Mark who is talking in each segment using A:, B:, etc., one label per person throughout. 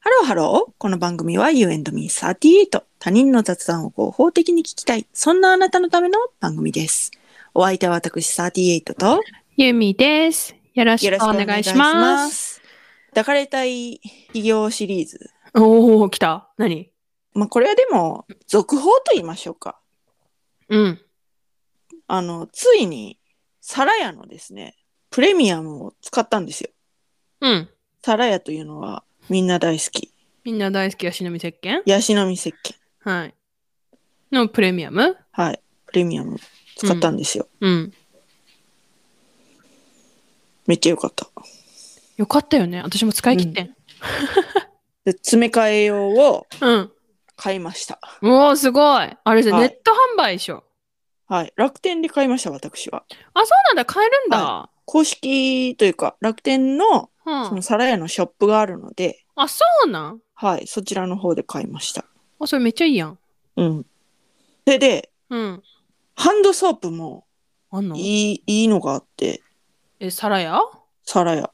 A: ハロー。この番組は You and Me38。他人の雑談を合法的に聞きたい。そんなあなたのための番組です。お相手は私38と
B: ゆみです。よろし
A: よろ
B: く
A: しくお
B: お
A: 願
B: 願
A: い
B: い
A: し
B: し
A: ま
B: ます。
A: す。抱かれたい企業シリーズ。
B: おお、来た。何
A: まあこれはでも続報と言いましょうか。
B: うん。
A: あの、ついにサラヤのですね、プレミアムを使ったんですよ。
B: うん。
A: サラヤというのはみんな大好き。
B: みんな大好き、ヤシの実石鹸
A: ヤシの実石鹸。
B: はい。のプレミアム
A: はい。プレミアム使ったんですよ。
B: うん。
A: めっちゃ良かった。
B: よかったよね。私も使い切ってん。
A: で詰め替え用を
B: うん。
A: 買いました。
B: おお、すごい。あれですね、
A: はい
B: ネット販売でしょ。
A: はい。楽天で買いました、私は。
B: あ、そうなんだ。買えるんだ。
A: 公式というか、楽天の
B: うん
A: その皿屋のショップがあるので、
B: あ、そうなん
A: はい。そちらの方で買いました。
B: あ、それめっちゃいいやん。
A: うん。それで、
B: うん。
A: ハンドソープも
B: あんの
A: いい、いいのがあって、
B: え、皿や
A: 皿屋。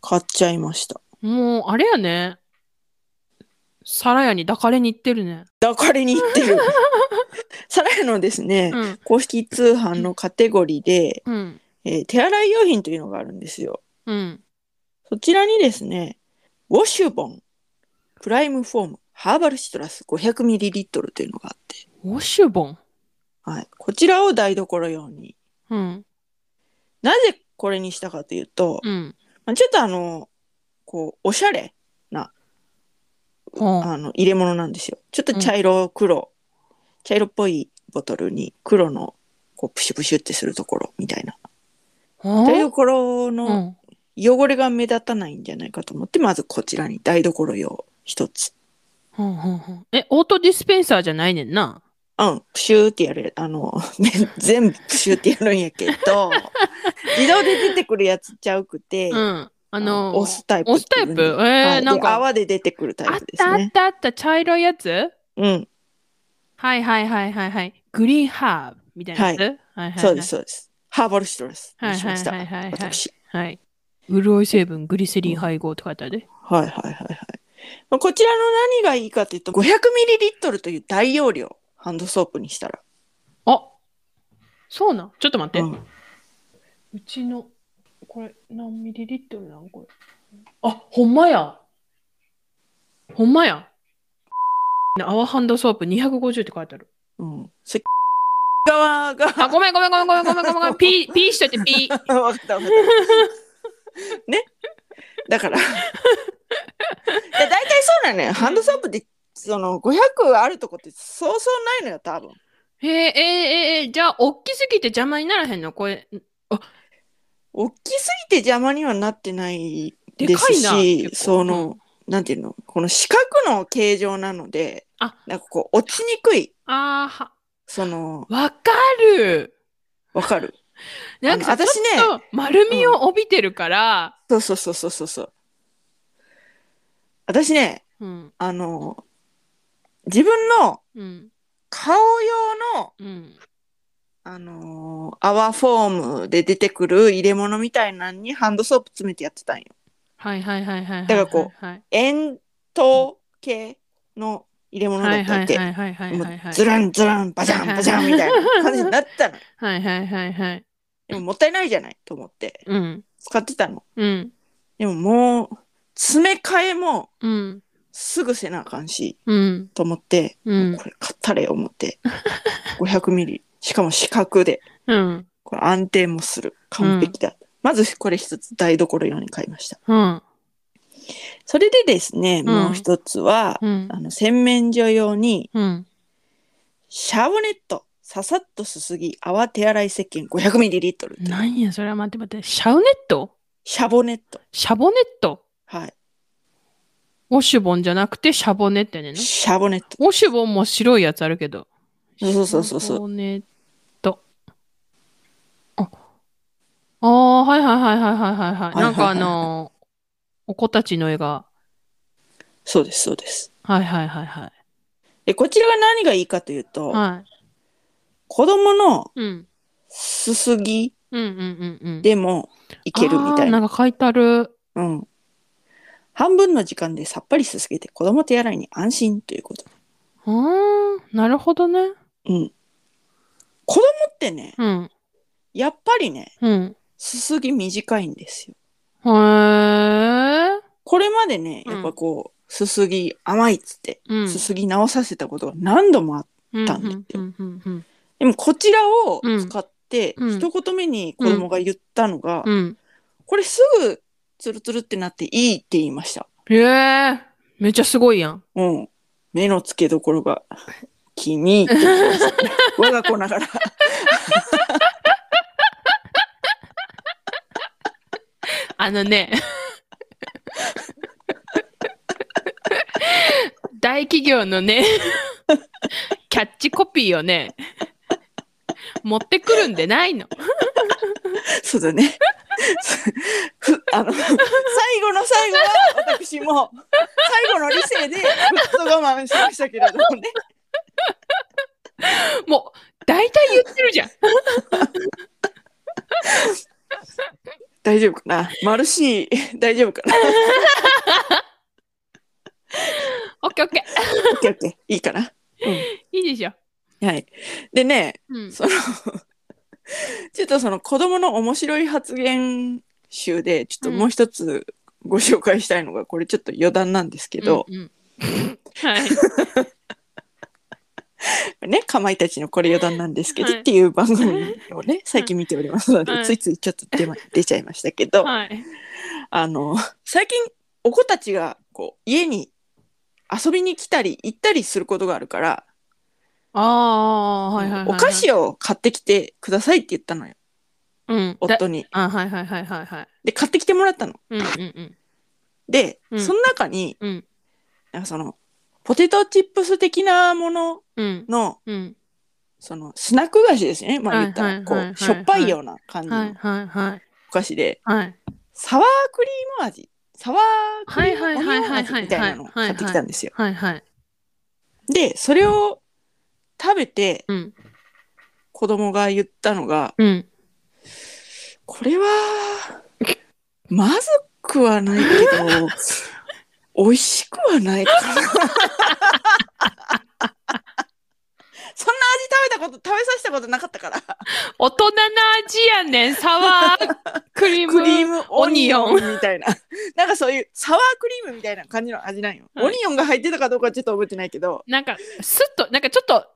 A: 買っちゃいました。
B: もう、あれやね。皿屋に抱かれに行ってるね。
A: 抱かれに行って る。皿屋のですね、
B: うん。
A: 公式通販のカテゴリーで、
B: うん。
A: えー手洗い用品というのがあるんですよ。
B: うん。
A: そちらにですね、ウォッシュボン、プライムフォーム、ハーバルシトラス 500ml というのがあって、
B: ウォッシュボン。
A: はい、こちらを台所用に。
B: うん。
A: なぜこれにしたかというと、
B: うん。
A: まあちょっとあの、こう、おしゃれ、
B: うん
A: あの、入れ物なんですよ。ちょっと茶色、黒、茶色っぽいボトルに黒の、こう、プシュプシュってするところみたいな。台所
B: う
A: の
B: ん、
A: 汚れが目立たないんじゃないかと思って、まずこちらに台所用一つ。
B: ほんほんほんえ、オートディスペンサーじゃないねんな。
A: うん、プシューってやる、あの、 め全部プシューってやるんやけ ど、自動で出てくるやつちゃうくて、
B: うん。あのー、
A: 押すタイプ。
B: 押すタイプえー
A: はい
B: なん
A: で
B: か、
A: 泡で出てくるタイ
B: あっ
A: プです
B: たあっ
A: ね。
B: たあった、茶色いやつ
A: うん、
B: はいはいはいはいはい。グリーンハーブみたいなやつ、
A: は
B: はい、はいはい
A: そうです、。そうです。ハーバルシトラス
B: はい
A: にし
B: は
A: ま
B: い
A: した
B: は。いはい、はい。
A: 私。
B: はい。潤い成分グリセリン配合って書いてあるで。
A: はいはいはいはい。まあこちらの何がいいかというと、500ml という大容量、ハンドソープにしたら。
B: あそうなん。ちょっと待って。
A: う
B: うんちの、これ何ミリリットルなんこれ。あほんまや。ほんまや。アワーハンドソープ250って書いてある。
A: うん。それ側が、
B: あ、ごめんごめんごめんごめんごめんごめんごめん。ピー、ピーしといてピー。
A: わかったわかった。ね。だ から。いや大体そうなのよ。ハンドソープで、その500あるとこってそうそうないのよ、多分。
B: えー、えー、えー、じゃあ、おっきすぎて邪魔にならへんのこれ、
A: 大きすぎて邪魔にはなってない
B: で
A: で
B: か
A: す
B: いな。
A: し、
B: 結構
A: その、、なんていうの、この四角の形状なので、
B: あ
A: なんかこう、落ちにくい、
B: うんあーは、
A: その、
B: わかる。
A: わかる。
B: なんか
A: あの私
B: 私
A: ね
B: ね、ちょっと丸みを帯びてるから、
A: そうそうそうそうそうそう。私ね、
B: うん、
A: あの、自分の
B: うん、
A: 顔用の
B: うん。
A: あのー、アワーフォームで出てくる入れ物みたいなのにハンドソープ詰めてやってたんよ。
B: はいはいはいはいはい。
A: だからこ
B: う、はい
A: 円筒系の入れ物
B: は
A: だ
B: い
A: った
B: は
A: っ
B: い
A: け
B: はいはいはい
A: も
B: はい。
A: うズランズランバジャンバジャンみたいな感じになって たの。
B: はいはいはいはい。
A: でももったいないじゃないと思って
B: うん、
A: 使ってたの。
B: うん、
A: でももう詰め替えも
B: うん、
A: すぐせなあかんし
B: うん、
A: と思って、
B: うん、
A: これ買ったれ思って。500ミリ。しかも四角で。
B: うん、
A: これ安定もする。完璧だ。まずこれ一つ台所用に買いました。
B: うん、
A: それでですね、
B: ん
A: もう一つは、
B: うん
A: あの洗面所用に
B: うん。
A: シャーボネットささっとすすぎ泡手洗い石鹸 500ml っていう
B: 何や、それは待って待って。シャウネット
A: シャボネット
B: シャボネット
A: はい
B: ウォッシュボンじゃなくてシャボネってねんな。
A: シャボネット
B: ウォッシュボンも白いやつあるけど。
A: そうそうそうそう
B: シャボネット。あ、あーはいはいはいはいはいはいはい。なんかあのーお子たちの絵が。
A: そうですそうです
B: はいはいはいはい。
A: でこちらが何がいいかというと、
B: は
A: 子供の
B: い。うん。
A: すすぎ
B: うんうんうんうん。
A: でもいけるみたい
B: あー
A: な
B: なんか書いてある。
A: うん半分の時間でさっぱりすすげて子供手洗いに安心ということ。
B: うーん、なるほどね。
A: うん。子供ってね、
B: うん、
A: やっぱりね、
B: うん。
A: すすぎ短いんですよ。
B: へえ。
A: これまでね、
B: うん
A: やっぱこう、すすぎ甘いっつって、
B: うん。
A: すすぎ直させたことが何度もあっったんですよ
B: うんうんうん
A: でもこちらを使って、
B: うん
A: 一言目に子供が言ったのが、
B: うんうん。
A: これすぐツルツルってなっていいって言いました。
B: へえ。めっちゃすごいやん。
A: うん。目の付けどころが気に入ってきましたね。我が子ながら。
B: あの ね。大企業のね、キャッチコピーをね、持ってくるんでないの。
A: そうだね。ふあの、最後の最後は私も最後の理性でぐっと我慢しましたけれどもね。
B: もう、大体言ってるじゃん。
A: 大丈夫かなマルシー、大丈夫かな
B: オッケーオッケー。
A: オッケーオッケーいいかない
B: いでしょ。
A: はい。でね、
B: うん。
A: そのちょっとその子供の面白い発言集でちょっともう一つご紹介したいのが、これちょっと余談なんですけど、
B: うんうんはい。
A: ねかまいたちのこれ余談なんですけど、
B: はい
A: っていう番組をね最近見ておりますので、
B: はい
A: ついついちょっと出,、ま、出ちゃいましたけど、
B: はい。
A: あの最近お子たちがこう家に遊びに来たり行ったりすることがあるから、
B: ああ、はいはいはいはい。
A: お菓子を買ってきてくださいって言ったのよ
B: うん。だ
A: 夫に。
B: あ、はいはいはいはいはい。
A: で買ってきてもらったの。
B: うんうんうん。
A: で、
B: うん
A: その中に
B: うん
A: なんかそのポテトチップス的なもの
B: うん
A: の
B: うん。
A: そのスナック菓子ですねまあ
B: はい
A: 言った
B: はい
A: らこ
B: はいはいう
A: しょっぱいような感じ
B: はい
A: の
B: はいはい。
A: お菓子で
B: はい。
A: サワークリーム味サワークリームオニオン
B: はいはいはいはい
A: 味
B: はい
A: みたいなのを買ってきたんですよ。
B: はいはい。
A: でそれを食べて
B: うん。
A: 子供が言ったのが
B: うん。
A: これはまずくはないけ ど美味しくはないか な。そんな味食べたこと食べさせたことなかったから。
B: 大人な味やねん、サワークリーム。
A: クリームオニオン
B: オ
A: みたいな なんかそういうサワークリームみたいな感じの味なんよ、
B: はい
A: オニオンが入ってたかどうかちょっと覚えてないけど
B: なんか、スッと、なんかちょっと、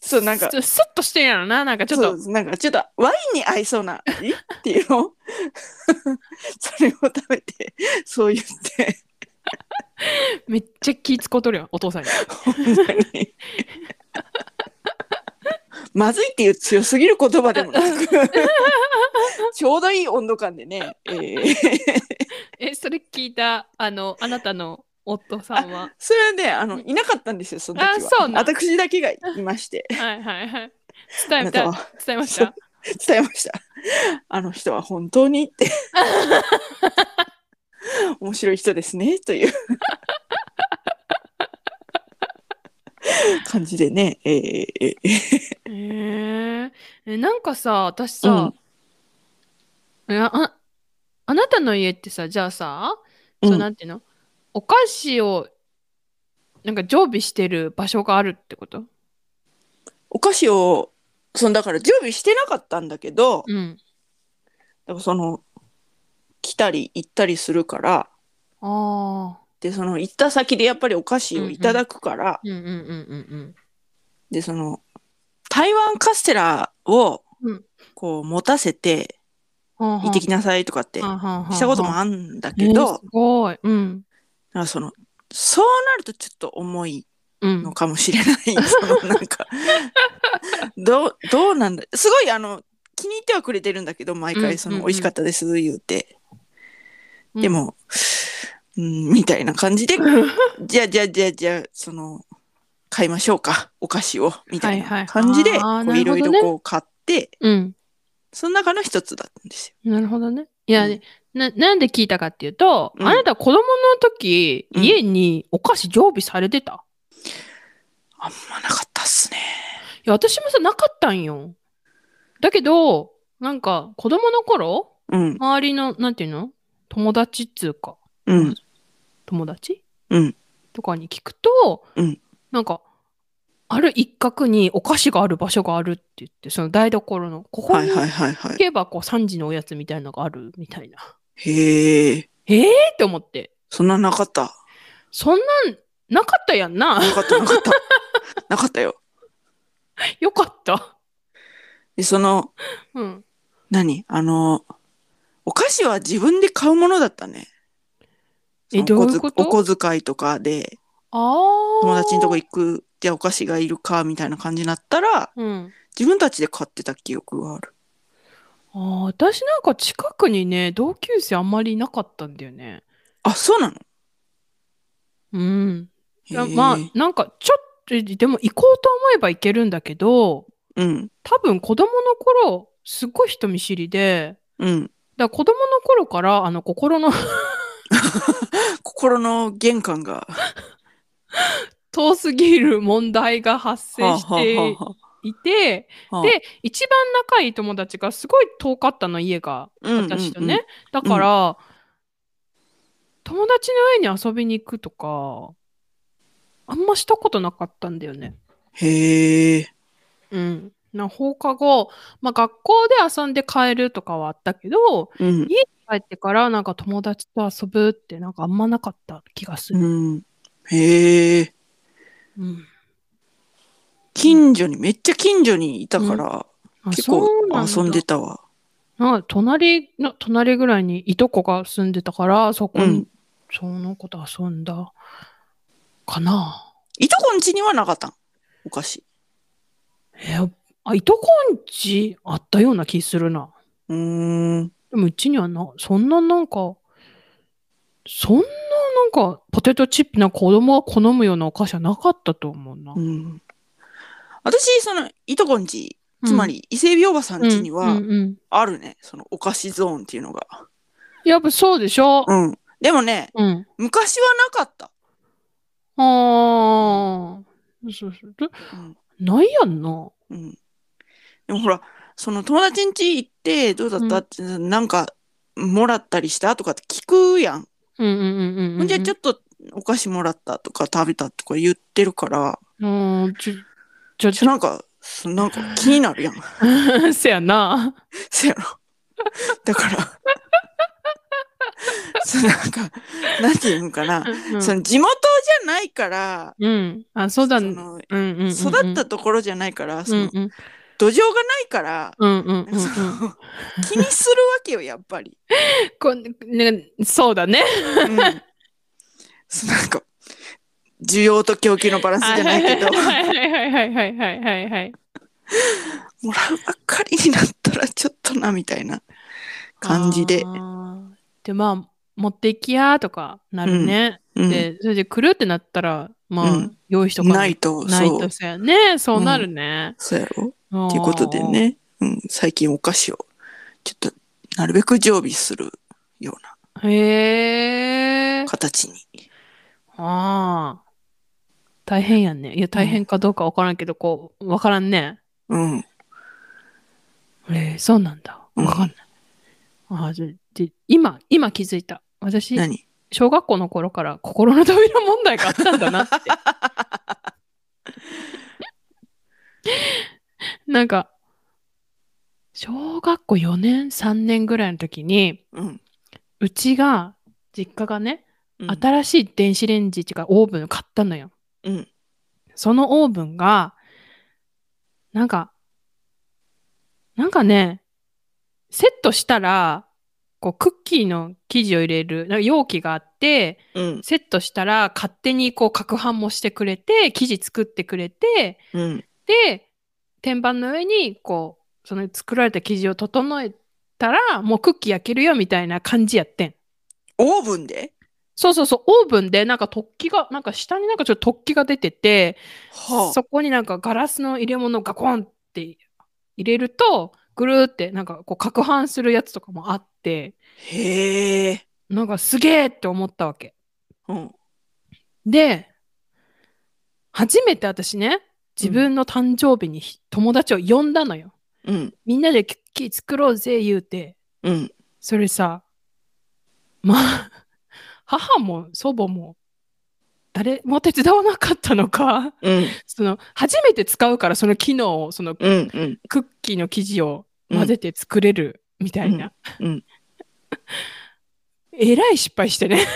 A: そうなんか
B: ススッとしてんやろな。なんかちょっ
A: そう
B: と、
A: なんかちょっとワインに合いそうな味っていうの それを食べてそう言って
B: めっちゃ気使うとるやん、お父さんに。
A: ほんまに まずいっていう強すぎる言葉でもな くちょうどいい温度感でね、えー
B: え、それ聞いた、あの、あなたの夫さんは。
A: それはねあのいなかったんですよその時は
B: あそうなん
A: 私だけがいまして
B: はいはいはい。伝
A: あ
B: え
A: なた
B: た
A: は、
B: 伝えました。
A: 伝えました。あの人は本当にって面白い人ですねと いう感じでね、えーえー
B: へええなんかさ私さ、えあああなたの家ってさじゃあさ、
A: うん
B: そうなんていうのお菓子をなんか常備してる場所があるってこと
A: お菓子をそのだから準備してなかったんだけど、
B: うん
A: だからその来たり行ったりするから
B: ああ
A: でその行った先でやっぱりお菓子をいただくから、
B: うんうんうんうん
A: でその台湾カステラを
B: うん
A: こう持たせて
B: うんは
A: 行ってきなさいとかって
B: し
A: したことも
B: る
A: あんだ
B: け
A: けど、
B: すごいうん
A: なんかそのそうなるとちょっと重い
B: うん
A: のかもしれない、 そのなんかどうどうなんだすごいあの気に入ってはくれてるんだけど毎
B: うん
A: 回その、
B: うん
A: 美味しかったです言うて、
B: うん
A: でも、うん、みたいな感じでじゃあじゃあじゃあじゃあその買いましょうかお菓子をみたい
B: はいは
A: ない感じで
B: あー
A: こ
B: な
A: ういろ
B: るほ
A: い
B: ど
A: ろ
B: ね
A: こう買って
B: うん
A: その中の一つだったんです
B: なるほどね。いや、
A: うん
B: な、なんで聞いたかっていうと、
A: うん
B: あなた子供の時、
A: うん
B: 家にお菓子常備されてた。
A: よあんまなかったっすね
B: いや、私もさ、なかったんよ。だけど、なんか、子供の頃、
A: うん
B: 周りの、なんていうの友達っつうか、
A: うん
B: 友達
A: うん
B: とかに聞くと、
A: うん
B: なんかある一角にお菓子がある場所があるって言ってその台所のここ
A: は
B: に
A: いはい
B: 行
A: はいはい。
B: けばこう3時のおやつみたいなのがあるみたいな。
A: へえ、
B: えーって思って
A: そんななかった。
B: そんなんなかったやんな
A: なかったなかった。なかったよ。
B: よかった。
A: で、その、
B: うん、
A: 何あの、お菓子は自分で買うものだったね。そ
B: え
A: の
B: どういうこと
A: お小遣お小遣いとかで、
B: あ
A: 友達のとこ
B: 行
A: 行くでお菓子がいるかみたいな感じになったら、
B: うん
A: 自分たちで買ってた記憶がある。
B: あー私なんか近くにね同級生あんまりいなかったんだよね。
A: あ、そうなの
B: うん、いや
A: へえ
B: まあなんかちょっとえでも行こうと思えば行けるんだけど
A: うん、
B: 多分子供の頃すっごい人見知りで
A: うん。
B: だから子供の頃からあの心の
A: 心の玄関が。
B: 遠すぎる問題が発生
A: はあ
B: していて、
A: はあはあはあ
B: で一番仲いい友達がすごい遠かったの家が
A: うんうんうん
B: 私とね、だから、友達の家に遊びに行くとかあんましたことなかったんだよね。
A: へえ、
B: うん、な放課後、まあ、学校で遊んで帰るとかはあったけど
A: うん、
B: 帰ってからなんか友達と遊ぶってなんかあんまなかった気がする。
A: うん。へえ、
B: うん
A: 近所に、めっちゃ近所にいたから、
B: あ
A: 結
B: そ
A: 構
B: うなんだ
A: 遊んでたわ。
B: なんか隣の隣ぐらいにいとこが住んでたからそこに、
A: うん
B: その子と遊んだかない
A: とこん家にはなかったんお菓子。
B: えーあいとこんちあったような気するな
A: うーん。
B: でもうちにはなそんななんかそんななんかポテトチップな子供が好むようなお菓子はなかったと思うな、
A: うん。私、その、いとこんち、つまり、伊勢海老おばさん
B: うん
A: 家に
B: う
A: は
B: ん、うん
A: あるね。その、お菓子ゾーンっていうのが。
B: やっぱそうでしょ、
A: うん。でもね、
B: うんうん、
A: 昔はなかった。
B: ああそうそうで
A: うん。
B: ないやんな
A: うん。でもほら、その、友達ん家行って、どうだったって、なんか、もらったりしたとかって聞くやん。
B: うんうんうんうん、う
A: ほん
B: ん、
A: じゃ、ちょっと、お菓子もらったとか食べたとか言ってるから、
B: うん、ちょ、ちょ、
A: ちょなんか、そなんか気になるやん。
B: せやな。
A: そやろ。だから、 そうなんか、なんていうんかな。
B: う ん
A: その地元じゃないから、
B: うん。あ、そうだね。
A: その
B: うんうんうんうん。
A: 育ったところじゃないから、そ
B: うん
A: の
B: うん。
A: 土壌がないから、
B: うんうんうんう
A: そ
B: ん。
A: の気にするわけよ、やっぱり。
B: こね、そうだ
A: う
B: ね。
A: ん、そうなんか、需要と供給のバラン スじゃないけど、
B: はいはいはいはいはいはいはいはい。
A: もらうばっかりになったらちょっとな、みたいな感じで
B: あ。ー。で、まあ、持っていきやとかなるね。
A: うん、
B: で、それで来るってなったら、まあ、
A: うん
B: 用意しとか
A: ないと、
B: ない
A: そう
B: と。そうやね。そうなるね。
A: そうやろ
B: っ
A: っていうことで。ね、うん、最近お菓子をちょっとなるべく常備するような
B: へえ。
A: 形に。
B: ああ。大変やね。いや、大変かどうかわからんけど、こう、わからんね。
A: うん。
B: えー、そうなんだ。
A: うん
B: わかんない。ああ、じゃで、今、今気づいた。私、
A: 何
B: 小学校の頃から心の扉問題があったんだなって。 なんか、小学校4年、3年ぐらいの時に、
A: うん。
B: うちが、実家がね、
A: うん
B: 新しい電子レンジっていうかオーブンを買ったのよ。
A: うん。
B: そのオーブンが、なんか、なんかね、セットしたら、こう、クッキーの生地を入れる、なんか容器があって、
A: うん。
B: セットしたら勝手にこう、攪拌もしてくれて、生地作ってくれて、
A: うん。
B: で、天板の上に、こう、その作られた生地を整えたら、もうクッキー焼けるよみたいな感じやってん。
A: オーブンで
B: そうそうそう、オーブンでなんか突起が、なんか下になんかちょっと突起が出てて、
A: はあ。
B: そこになんかガラスの入れ物をガコンって入れるとぐるーってなんかこう攪拌するやつとかもあって
A: へえ。
B: なんかすげーって思ったわけ
A: うん。
B: で初めて私ね自分の誕生日にひ友達を呼んだのよ、
A: うん。
B: みんなでクッキー作ろうぜ言うて
A: うん。
B: それさまあ母も祖母も誰も手伝わなかったのか
A: うん
B: その初めて使うからその機能をその
A: うんうん
B: クッキーの生地を混ぜて作れるみたいな、
A: うんうん
B: えらい失敗して ね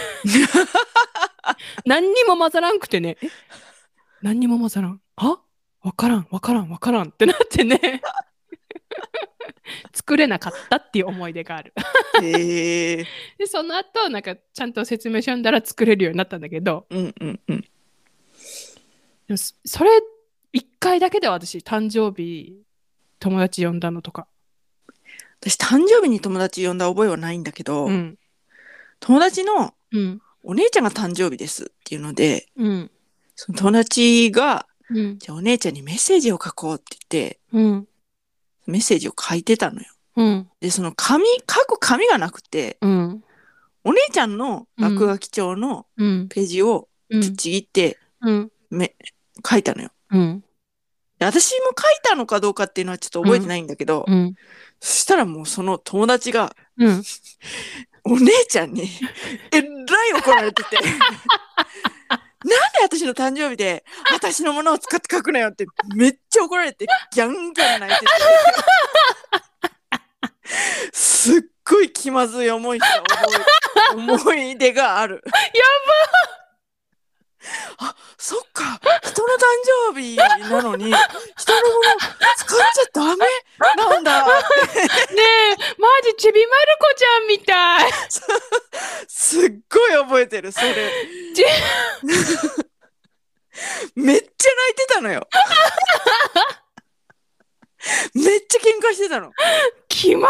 B: 何にも混ざらんくてねえ何にも混ざらんあわからんわからんわからんってなっ てね作れなかったっていう思い出がある
A: へえ
B: でその後なんかちゃんと説明書読んだら作れるようになったんだけど
A: うんうんうん
B: でもそそれ1回だけで私誕生日友達呼んだのとか、
A: 私誕生日に友達呼んだ覚えはないんだけど、
B: うん
A: 友達の
B: うん
A: お姉ちゃんが誕生日ですっていうので
B: うん
A: その友達が
B: うん
A: じゃあお姉ちゃんにメッセージを書こうって言って
B: うん
A: メッセージを書いてたのよ
B: うん
A: でその紙書く紙がなくて
B: うん
A: お姉ちゃんの落書き帳の
B: うん
A: ページを
B: うん
A: ちぎって
B: うん
A: 書いたのよ
B: うん
A: で私も書いたのかどうかっていうのはちょっと覚えてないんだけど、
B: うん
A: そしたらもうその友達が
B: うん
A: お姉ちゃんにえらい怒られててなんで私の誕生日で私のものを使って書くなよってめっちゃ怒られてギャンギャン泣いててすっごい気まずい思いした思い思い出があるやばあそっか人の誕生日なのに人のもの使っちゃダメなんだ
B: ねえマジちびまる子ちゃんみたい
A: すっごい覚えてるそれ
B: じ
A: めっちゃ泣いてたのよめっちゃ喧嘩してたの
B: 気ま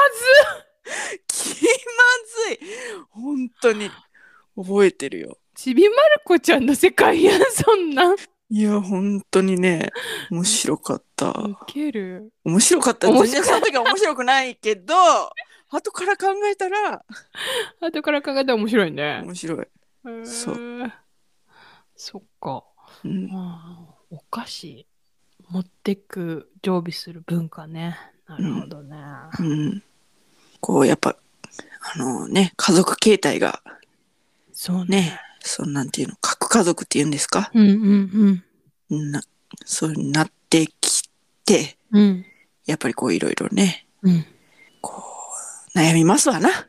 A: 気まずい本当に覚えてるよ
B: ずちびまる子ちゃんの世界やんそんなんウ
A: いや本当にね面白かった
B: ケる
A: 面白かった
B: 面
A: 全然
B: 白
A: その時は面白くないけど後から考えたら
B: 後から考えたら面白いね
A: 面白い、そう
B: へえそっか
A: うん、
B: まあ、お菓子持ってく常備する文化ね。なるほどね。
A: うん、こうやっぱあのね家族形態が
B: そう
A: ね。そのなんていうの核家族っていうんですか
B: うんうん
A: なそうなってきて
B: うん。うん。
A: やっぱりこういろいろね
B: うん。
A: こう悩みますわな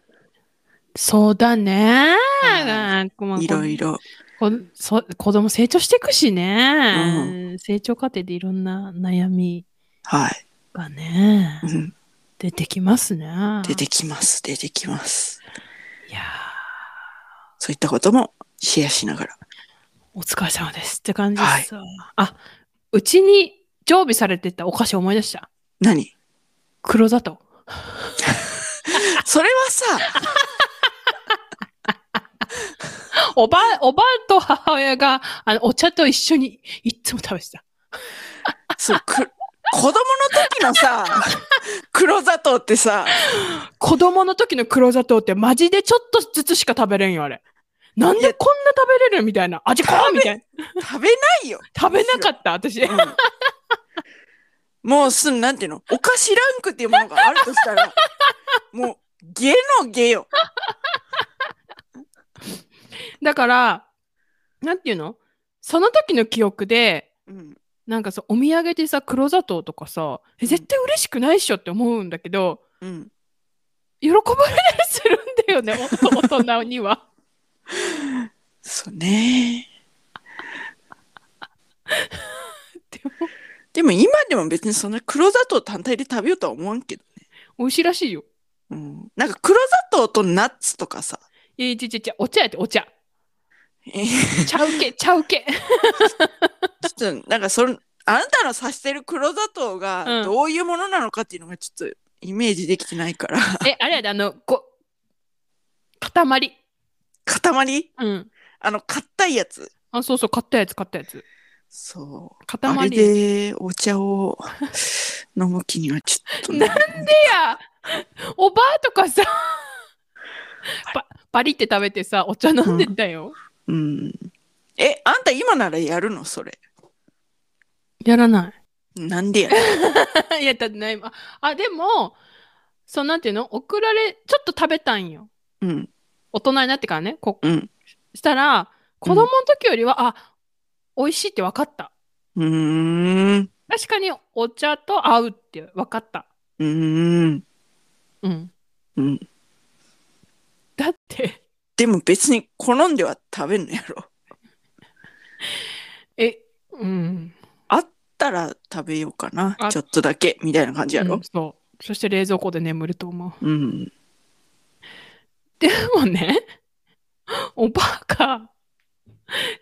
B: そうだね。
A: は
B: まあ
A: いろいろ
B: こそ子供成長していくしね、
A: う
B: 成長過程でいろんな悩み
A: はい、
B: がね
A: う、ん、
B: 出てきますね。
A: 出てきます出てきます
B: いや
A: そういったこともシェアしながら
B: ーお疲れ様ですって感じですわ、あ、うちに常備されてたお菓子思い出した。
A: 何
B: 黒砂糖。
A: それはさ
B: おば、おばと母親が、あの、お茶と一緒にいっつも食べてた。
A: そうく子供の時の さ黒砂糖ってさ
B: 子供の時の黒砂糖ってマジでちょっとずつしか食べれんよ、あれ。なん
A: い
B: で
A: や
B: こんな食べれるみたいな。味こうみたいな。
A: 食べないよ、
B: 食べなかった、私。
A: うんもうすんなんていうのお菓子ランクっていうものがあるとしたらもうゲのゲよ
B: だから、なんていうのその時の記憶で、
A: うん
B: なんかさ、お土産でさ、黒砂糖とかさ、え絶対嬉しくないっしょって思うんだけど、
A: うん
B: 喜ばれたりするんだよね、 お大人には。
A: そうね
B: でも、
A: でも今でも別にそんな黒砂糖単体で食べようとは思わんけど、
B: 美味しいらしいよ。
A: うん、なんか黒砂糖とナッツとか さ
B: いやいやいやいや、お茶やって、お茶。
A: え
B: ちゃうけ、ちゃうけ。
A: ちょっとなんかそのあなたの指してる黒砂糖
B: うん
A: がどういうものなのかっていうのがちょっとイメージできてない から
B: え、あれやで、あの、こ、塊。
A: 塊
B: うん。
A: あの硬いやつ
B: あ、そうそう、買ったやつ、買ったやつ。
A: そう
B: 塊。
A: あれ
B: い
A: でお茶を飲む気にはちょっとね
B: や、おばあとか さ、パパリって食べてさ、お茶飲んでたよ。
A: うんえあんた今ならやるのそれ
B: やらな
A: なんでやる
B: い。やったない。あ、あでも、そう、なんていうの送られ、ちょっと食べたんよ。
A: うん
B: 大人になってからね、こ
A: うん
B: したら子供の時よりは、あ美味しいって分かった
A: うーん。
B: 確かにお茶と合うって分かった
A: うーん。
B: うん
A: うん。
B: だって
A: でも別に好んでは食べんのやろ。
B: えうん
A: あったら食べようかな
B: あ。
A: ちょっとだけみたいな感じや
B: う
A: ろ
B: ん。そうそして冷蔵庫で眠ると 思う
A: うん。
B: でもね おばあが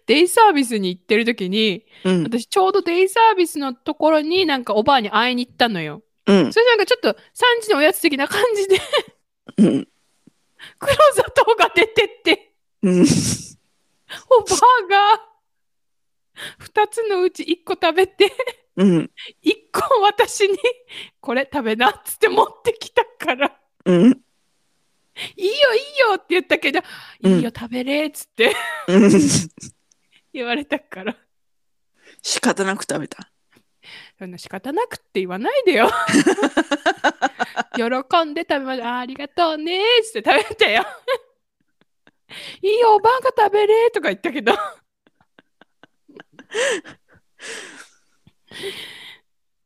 B: デイサービスに行ってる時に
A: うん。
B: 私ちょうどデイサービスのところになんかおばあに会いに行ったのよ
A: うん。
B: それでなんかちょっと3時のおやつ的な感じで
A: うん。
B: 黒砂糖が出てって
A: うん。
B: おばあが2つのうち1個食べて
A: うん。
B: 1個私に「これ食べな」っつって持ってきたから
A: うん。
B: 「いいよいいよ」って言ったけど「
A: うん
B: いいよ食べれ」っつって
A: うん。
B: 言われたから
A: 仕方なく食べた。
B: 「そんな仕方なく」って言わないでよ 喜んで食べましたあーありがとうねーっつって食べたよ「いいよおばあが食べれ」とか言ったけど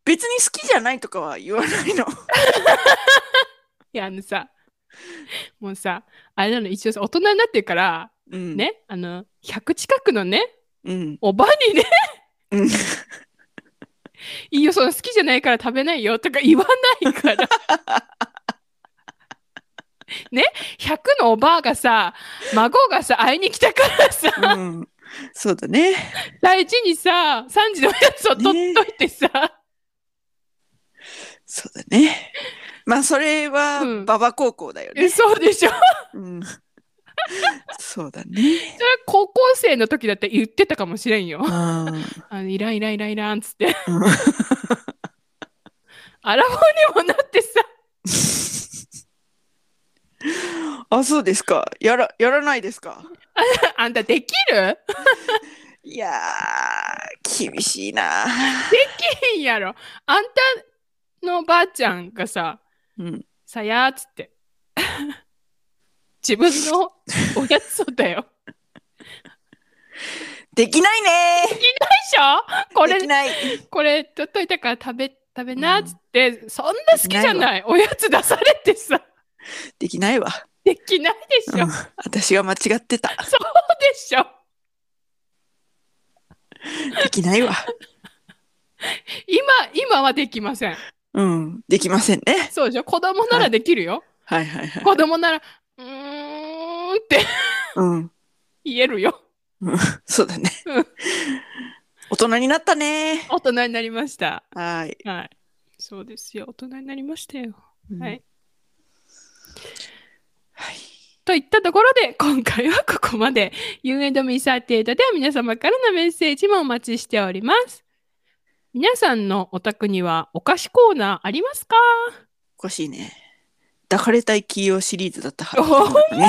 A: 別に好きじゃないとかは言わないの。
B: いやあのさもうさあれなの一応さ大人になってるから
A: うん。。
B: ね、あの100近くのね
A: うん。
B: おばにね
A: うん。
B: 「いいよその好きじゃないから食べないよ」とか言わないから ね100のおばあがさ孫がさ会いに来たからさ
A: うん。そうだね。
B: 大事にさ3時のおやつを取っといてさ、
A: そうだね。まあそれは
B: うん
A: 馬場高校だよ
B: え
A: ね。
B: そうでしょそ
A: うん。そうだね。
B: れは高校生の時だって言ってたかもしれんよ
A: あ
B: あのいらんいらんいらんいらんっつって
A: ーうん
B: アラフォーにもなってさ
A: あ、そうですか。やら、やらないですか。
B: あんたできる
A: いやー、厳しいな。
B: いいやろあんたのばあちゃんがさ
A: うん。
B: さやーっつって自分のおやつをだよ。
A: できないね
B: でしょこ
A: で
B: れ
A: きない。
B: これ取っといたから食べ食べな
A: う
B: っ
A: ん
B: つって、そんな好きじゃないおやつ出されてさ
A: できないわ。
B: できないでしょ、
A: うん
B: そう
A: 私が間違ってた。
B: でしょ
A: できないわ。
B: 今今はできません
A: うん。できませんね。
B: そうでしょ子供ならできるよ、
A: はいはいはい。
B: 子供ならうーんって
A: うん。
B: 言えるよ
A: そうだね
B: うん。
A: 大人になったね。
B: 大人になりました
A: はい。
B: はいそうですよ大人になりましたよはい。
A: はい。
B: といったところで今回はここまで U&Me38 では皆様からのメッセージもお待ちしております皆さんのお宅にはお菓子コーナーありますか
A: おかしいね。抱かれたい企業シリーズだったはず
B: ほんま
A: なのに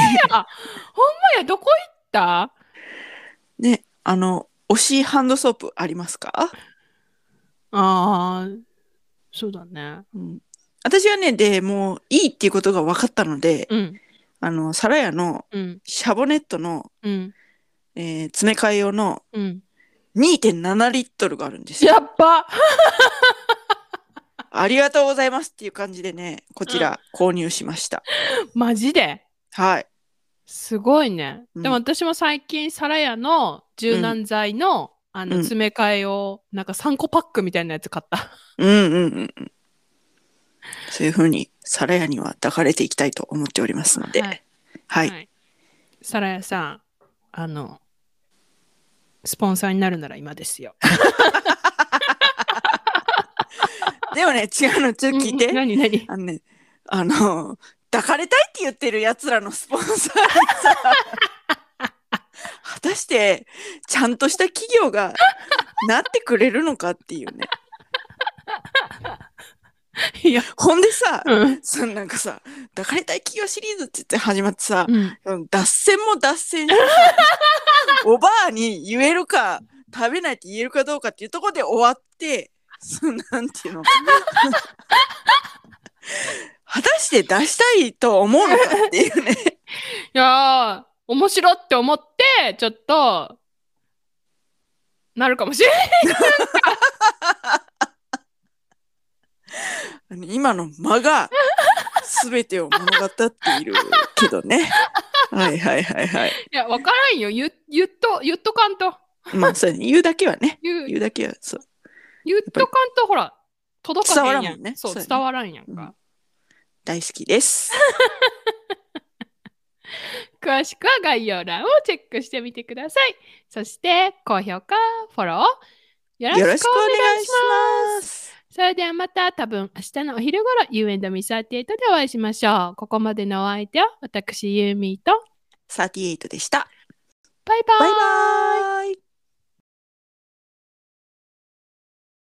B: やどこ行った
A: ね、あの、推しハンドソープありますか、
B: あーそうだね
A: うん、私はね、でもういいっていうことが分かったので、
B: うん
A: あの、サラヤの
B: うん
A: シャボネットの、
B: うん
A: えー詰め替え用の
B: うん
A: 2.7リットルがあるんです
B: や
A: よ。
B: っば
A: ありがとうございますっていう感じでね、こちら購入しました。
B: マジで
A: はい。
B: すごいね、
A: うん
B: でも私も最近サラヤの柔軟剤の、あの
A: うん
B: 詰め替えをなんか3個パックみたいなやつ買った
A: うんうんうんうん。そういうふうに、サラヤには抱かれていきたいと思っておりますので、
B: は
A: はいい。
B: はい。サラヤさん、あの、スポンサーになるなら今ですよ。
A: でもね、違うの、ちょっと聞いて。
B: うん何 何
A: あのね、あの、抱かれたいって言ってるやつらのスポンサーにさ、果たして、ちゃんとした企業がなってくれるのかっていうね。
B: い や、
A: ほんでさ、
B: うん。
A: そのなんかさ、抱かれたい企業シリーズって言って始まってさ、
B: うん、
A: 脱線も脱線してさ、おばあに言えるか、食べないって言えるかどうかっていうところで終わって、そのなんていうの果たして出したいと思うのかっていうね。
B: いや面白って思って、ちょっと、なるかもしれない。
A: あの今の間が全てを物語っているけどね。はいはいはいはい。
B: いや、わからんよ。言う言っと、言っとかんと。
A: まあそうやね。言うだけはね。
B: 言う
A: 言うだけはそう。
B: 言っとかんと、ほら、届かへん
A: 伝わら
B: や
A: ん
B: ん。
A: もんね
B: そう、
A: そうやね
B: 伝わらんやんか。
A: 大好きです。
B: 詳しくは概要欄をチェックしてみてください。そして、高評価、フォロー、よろし
A: よ
B: くお
A: ろしくお
B: 願
A: 願
B: い
A: い
B: し
A: し
B: ま。
A: ますす。
B: それではまた多分明日のお昼頃 You and Me38 でお会いしましょう。ここまでのお相手は私ユーミーと
A: 38でした。
B: バイバイ
A: バイバーイ。